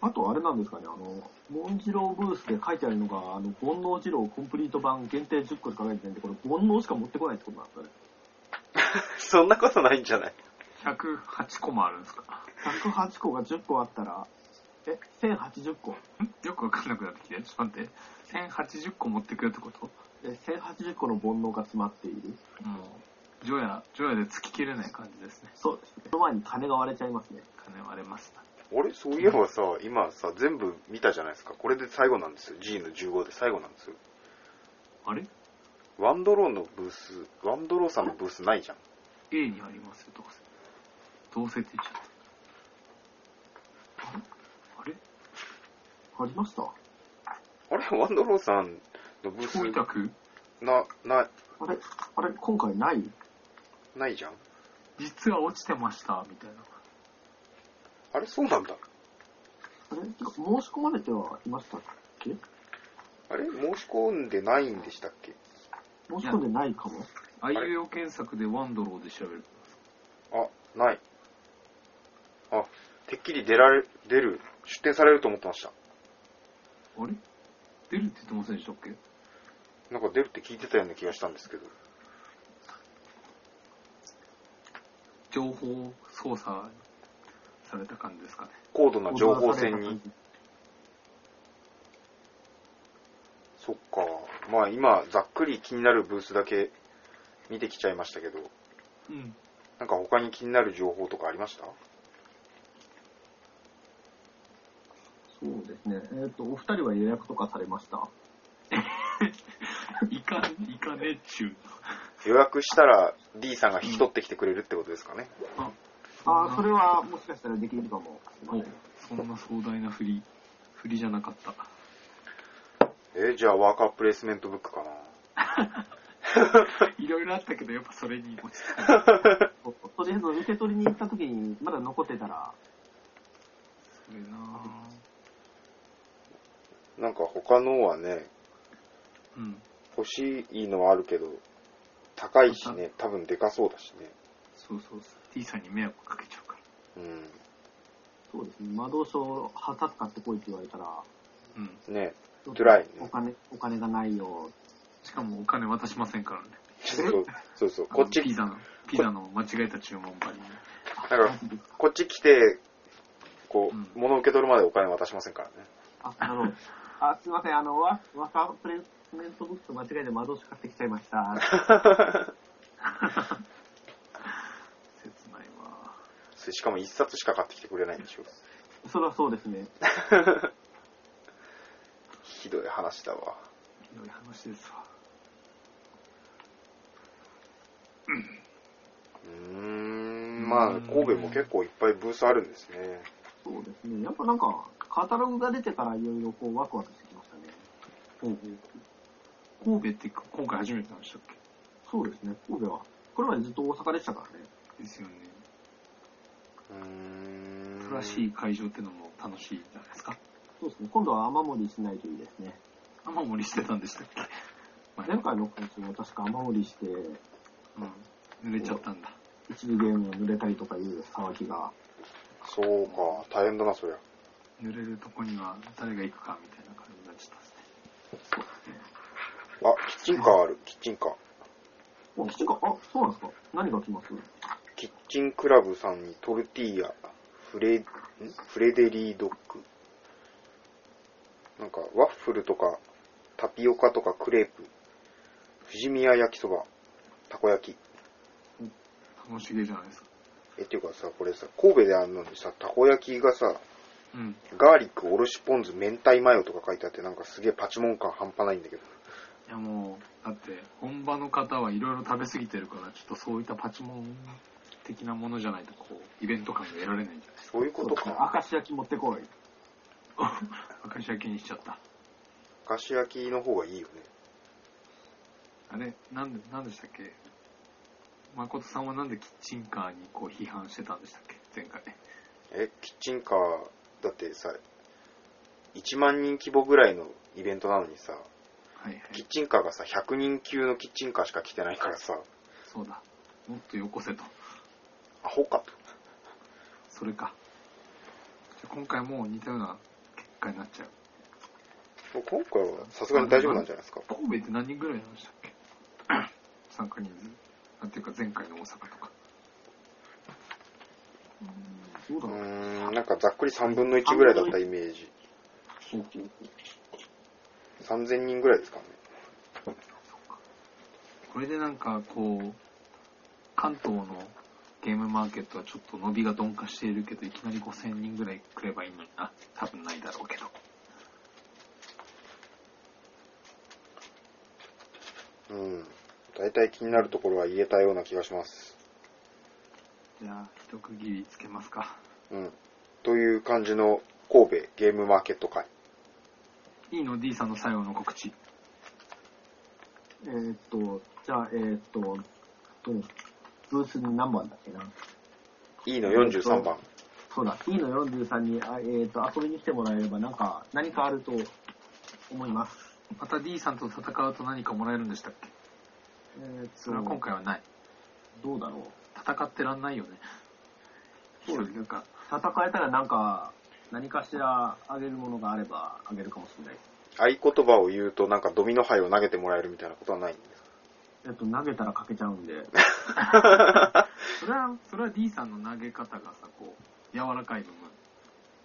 Speaker 3: あと、あれなんですかね、あの、モンジローブースで書いてあるのが、あの、煩悩ジローコンプリート版限定10個しか書いてないんで、これ、煩悩しか持ってこないってことなんですかね。
Speaker 1: そんなことないんじゃない
Speaker 2: 108個もあるんですか。
Speaker 3: 108個が10個あったら、え、1080個
Speaker 2: んよくわかんなくなってきて。ちょっと待って。1080個持ってくよってこと
Speaker 3: え、1080個の煩悩が詰まっている。
Speaker 2: もう、ジョヤ、ジョヤで突き切れない感じですね。
Speaker 3: そうですね。その前に金が割れちゃいますね。
Speaker 2: 金割れました。
Speaker 1: あれそういえばさ、今さ、全部見たじゃないですか。これで最後なんですよ。G の15で最後なんですよ。
Speaker 2: あれ
Speaker 1: ワンドローのブース、ワンドローさんのブースないじゃん。
Speaker 2: ?A にありますよ、どうせ。どうせって言っちゃった。あれあれ
Speaker 3: ありました
Speaker 1: あれワンドローさんのブー
Speaker 2: 超委
Speaker 1: ス、
Speaker 2: 託
Speaker 1: な、な、
Speaker 3: あれあれ今回ない
Speaker 1: ないじゃん。
Speaker 2: 実は落ちてました、みたいな。
Speaker 1: あれそうなんだ。
Speaker 3: あれてか申し込まれてはいましたっけ
Speaker 1: あれ申し込んでないんでしたっけ
Speaker 3: 申し込んでないかも。
Speaker 2: あいうえお検索でワンドローで調べる。
Speaker 1: あ、ない。あ、てっきり出られ、出る、出展されると思ってました。
Speaker 2: あれ出るって言ってませんでしたっけ
Speaker 1: なんか出るって聞いてたような気がしたんですけど。
Speaker 2: 情報操作された感じですかね。
Speaker 1: 高度な情報戦に。そっか。まあ今、ざっくり気になるブースだけ見てきちゃいましたけど、
Speaker 2: うん。
Speaker 1: なんか他に気になる情報とかありました
Speaker 3: そうですね。えっ、と、お二人は予約とかされました
Speaker 2: いか、いかねっちゅう。
Speaker 1: 予約したら D さんが引き取ってきてくれるってことですかね。
Speaker 2: あ、
Speaker 3: ああ、それ
Speaker 2: は。
Speaker 3: はもしかしたらできるかも。
Speaker 2: おそんな壮大な振り、振りじゃなかった。
Speaker 1: えーじゃあワーカープレイスメントブックかな。
Speaker 2: いろいろあったけど、やっぱそれに落ち着く。
Speaker 3: とりあえず受け取りに行った時にまだ残ってたら、
Speaker 2: それなぁ
Speaker 1: なんか他のはね、
Speaker 2: うん。
Speaker 1: 欲しいのはあるけど、高いしね、多分でかそうだしね。
Speaker 2: そうそうそう。T さんに迷惑かけちゃうから。
Speaker 1: う
Speaker 3: そうですね。魔導書旗使ってこいって言われたら、
Speaker 2: うん。
Speaker 1: ん。ね
Speaker 3: ちょっと
Speaker 1: トライね
Speaker 3: お金、お金がないよ。
Speaker 2: しかもお金渡しませんからね。
Speaker 1: そうそう そう。こっち
Speaker 2: あの、ピザの、ピザの間違えた注文ばりに。
Speaker 1: だから、こっち来て、こう、
Speaker 2: うん
Speaker 1: 物受け取るまでお金渡しませんからね。
Speaker 3: あ、なるほど。あ、すいません、あの、ワワーカープレイスメントブックと間違えて窓し買ってきちゃい ました。
Speaker 2: 切ないわ
Speaker 1: それしかも一冊しか買ってきてくれないんでしょ。
Speaker 3: それはそうですね。
Speaker 1: ひどい話だわ。
Speaker 2: ひどい話ですわ。
Speaker 1: うーん、まあ、神戸も結構いっぱいブースあるんですね。
Speaker 3: そうですね。やっぱなんか、カタログが出てからいろいろこうワクワクしてきましたね。
Speaker 2: 神戸って今回初めてなんでしたっ
Speaker 3: そうですね、神戸は。これまでずっと大阪でしたからね。
Speaker 2: けですよね。
Speaker 1: うーん。
Speaker 2: 詳しい会場ってのも楽しいじゃないですか。
Speaker 3: そうですね、今度は雨漏りしないといいですね。
Speaker 2: 雨漏りしてたんでしたっけ前
Speaker 3: 前回の会場は確か雨漏りして、
Speaker 2: うん。濡れちゃったんだ。
Speaker 3: 一部ゲームが濡れたりとかいう騒ぎが。
Speaker 1: そうか、大変だな、そりゃ。
Speaker 2: 濡れるとこには誰が行くかみたいな感じになっちゃったんですね。
Speaker 1: あ、キッチンカーある、キッチンカー。
Speaker 3: お、基地か、あ、そうなんですか何が来ます
Speaker 1: キッチンクラブさんにトルティーヤ、フレ、んフレデリードッグ。なんか、ワッフルとか、タピオカとかクレープ、富士宮焼きそば、たこ焼き。
Speaker 2: 楽しげじゃないですか。
Speaker 1: え、っていうかさ、これさ、神戸であんのにさ、たこ焼きがさ、
Speaker 2: うん。
Speaker 1: ガーリック、おろしポン酢、明太マヨとか書いてあって、なんかすげえパチモン感半端ないんだけど。
Speaker 2: いやもう、だって、本場の方はいろいろ食べ過ぎてるから、ちょっとそういったパチモン的なものじゃないと、こう、イベント感が得られないんじゃないです
Speaker 1: そういうことか。
Speaker 3: 明石焼き持ってこい。
Speaker 2: か。 明石焼きにしちゃった。
Speaker 1: 明石焼きの方がいいよね。
Speaker 2: あれ、なんで、なんでしたっけ誠さんはなんでキッチンカーにこう批判してたんでしたっけ前回。
Speaker 1: え、キッチンカー、だってさ、1万人規模ぐらいのイベントなのにさ、
Speaker 2: はいはい。
Speaker 1: キッチンカーがさ、100人級のキッチンカーしか来てないからさ、
Speaker 2: そうだ。もっとよこせと。
Speaker 1: アホかと。
Speaker 2: それか。じゃあ今回も似たような結果になっちゃう。
Speaker 1: もう今回はさすがに大丈夫なんじゃないですか。
Speaker 2: 神戸って何人ぐらいなんでしたっけ参加人数。なんていうか前回の大阪とか。そう
Speaker 1: う
Speaker 2: だね。
Speaker 1: ーん、なんかざっくり3分の1ぐらいだったイメージ。
Speaker 2: そうそうそう
Speaker 1: 3000人ぐらいですかね。
Speaker 2: そうかこれでなんかこう、関東のゲームマーケットはちょっと伸びが鈍化しているけど、いきなり5000人ぐらい来ればいいのにな。多分ないだろうけど。
Speaker 1: うん。大体気になるところは言えたような気がします。
Speaker 2: じゃあ、一区切りつけますか。
Speaker 1: うん。という感じの神戸ゲームマーケット会。
Speaker 2: いいの ?D さんの最後の告知。
Speaker 3: えーっと、じゃあ、えーっと、とブースに何番だっけな。
Speaker 1: E の43番。
Speaker 3: そうだ、E の43に、あえーっと、遊びに来てもらえれば、なんか、何かあると思います。
Speaker 2: また D さんと戦うと何かもらえるんでしたっけ
Speaker 3: えーっ
Speaker 2: それは今
Speaker 3: と、
Speaker 2: 回はない。
Speaker 3: どうだろう。
Speaker 2: 戦ってらんないよね。
Speaker 3: そうです
Speaker 2: なんか、
Speaker 3: 戦えたらなんか、何かしらあげるものがあればあげるかもしれないです。
Speaker 1: 合言葉を言うとなんかドミノ牌を投げてもらえるみたいなことはないん です
Speaker 3: えっと、投げたら欠けちゃうんで。
Speaker 2: それは、それは D さんの投げ方がさ、こう、柔らかい部分。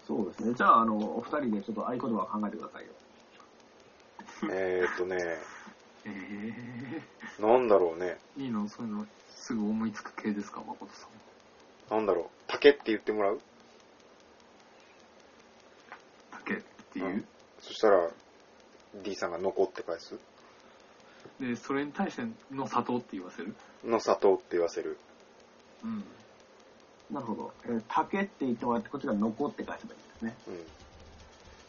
Speaker 3: そうですね。じゃあ、あの、お二人でちょっと合言葉を考えてくださいよ。
Speaker 1: かえーっとね、
Speaker 2: え
Speaker 1: なんだろうね。
Speaker 2: えいいのそういうの、すぐ思いつく系ですか誠さんは。
Speaker 1: なんだろう。竹って言ってもらう
Speaker 2: 竹っていう。
Speaker 1: そしたら D さんが残って返す
Speaker 2: で、それに対しての砂糖って言わせる。
Speaker 1: の砂糖って言わせる。
Speaker 2: うん。
Speaker 3: なるほど。えー竹って言ってもらって、こっちが残って返せばいいですね。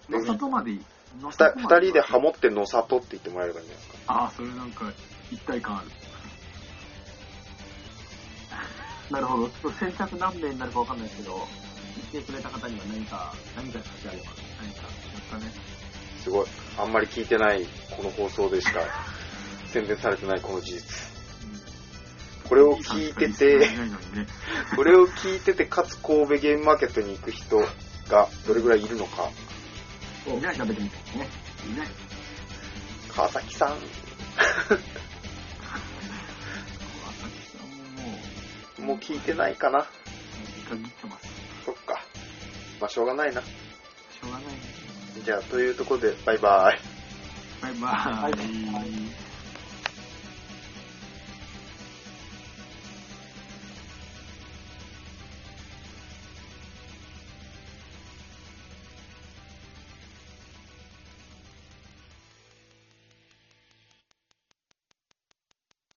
Speaker 1: うん。
Speaker 2: の砂糖までいい。の
Speaker 1: 二
Speaker 2: 砂糖ま
Speaker 1: 人
Speaker 2: でいい
Speaker 1: でハモっての里って言ってもらえればいいんじゃないですか。
Speaker 2: ああ、それなんか、一体感ある。
Speaker 3: なるほど。ちょっと先着何名になるかわかんないですけど、言ってくれた方には何か、何か差し上げます。
Speaker 2: 何か、やったね。
Speaker 1: すごい。あんまり聞いてないこの放送で しか宣伝されてないこの事実。これを聞いてて、
Speaker 2: いないのにね。
Speaker 1: これを聞いてて、かつ神戸ゲームマーケットに行く人がどれぐらいいるのか。
Speaker 3: お調べてみてね。
Speaker 2: いない。
Speaker 1: 川崎さん。
Speaker 2: 私さんももう、
Speaker 1: もう聞いてないかな。
Speaker 2: 見限ってます。
Speaker 1: そっか。まあ、しょうがないな。
Speaker 2: しょうがないね。
Speaker 1: じゃあ、というところで、バイバイ。
Speaker 2: バイバーイ。
Speaker 3: はい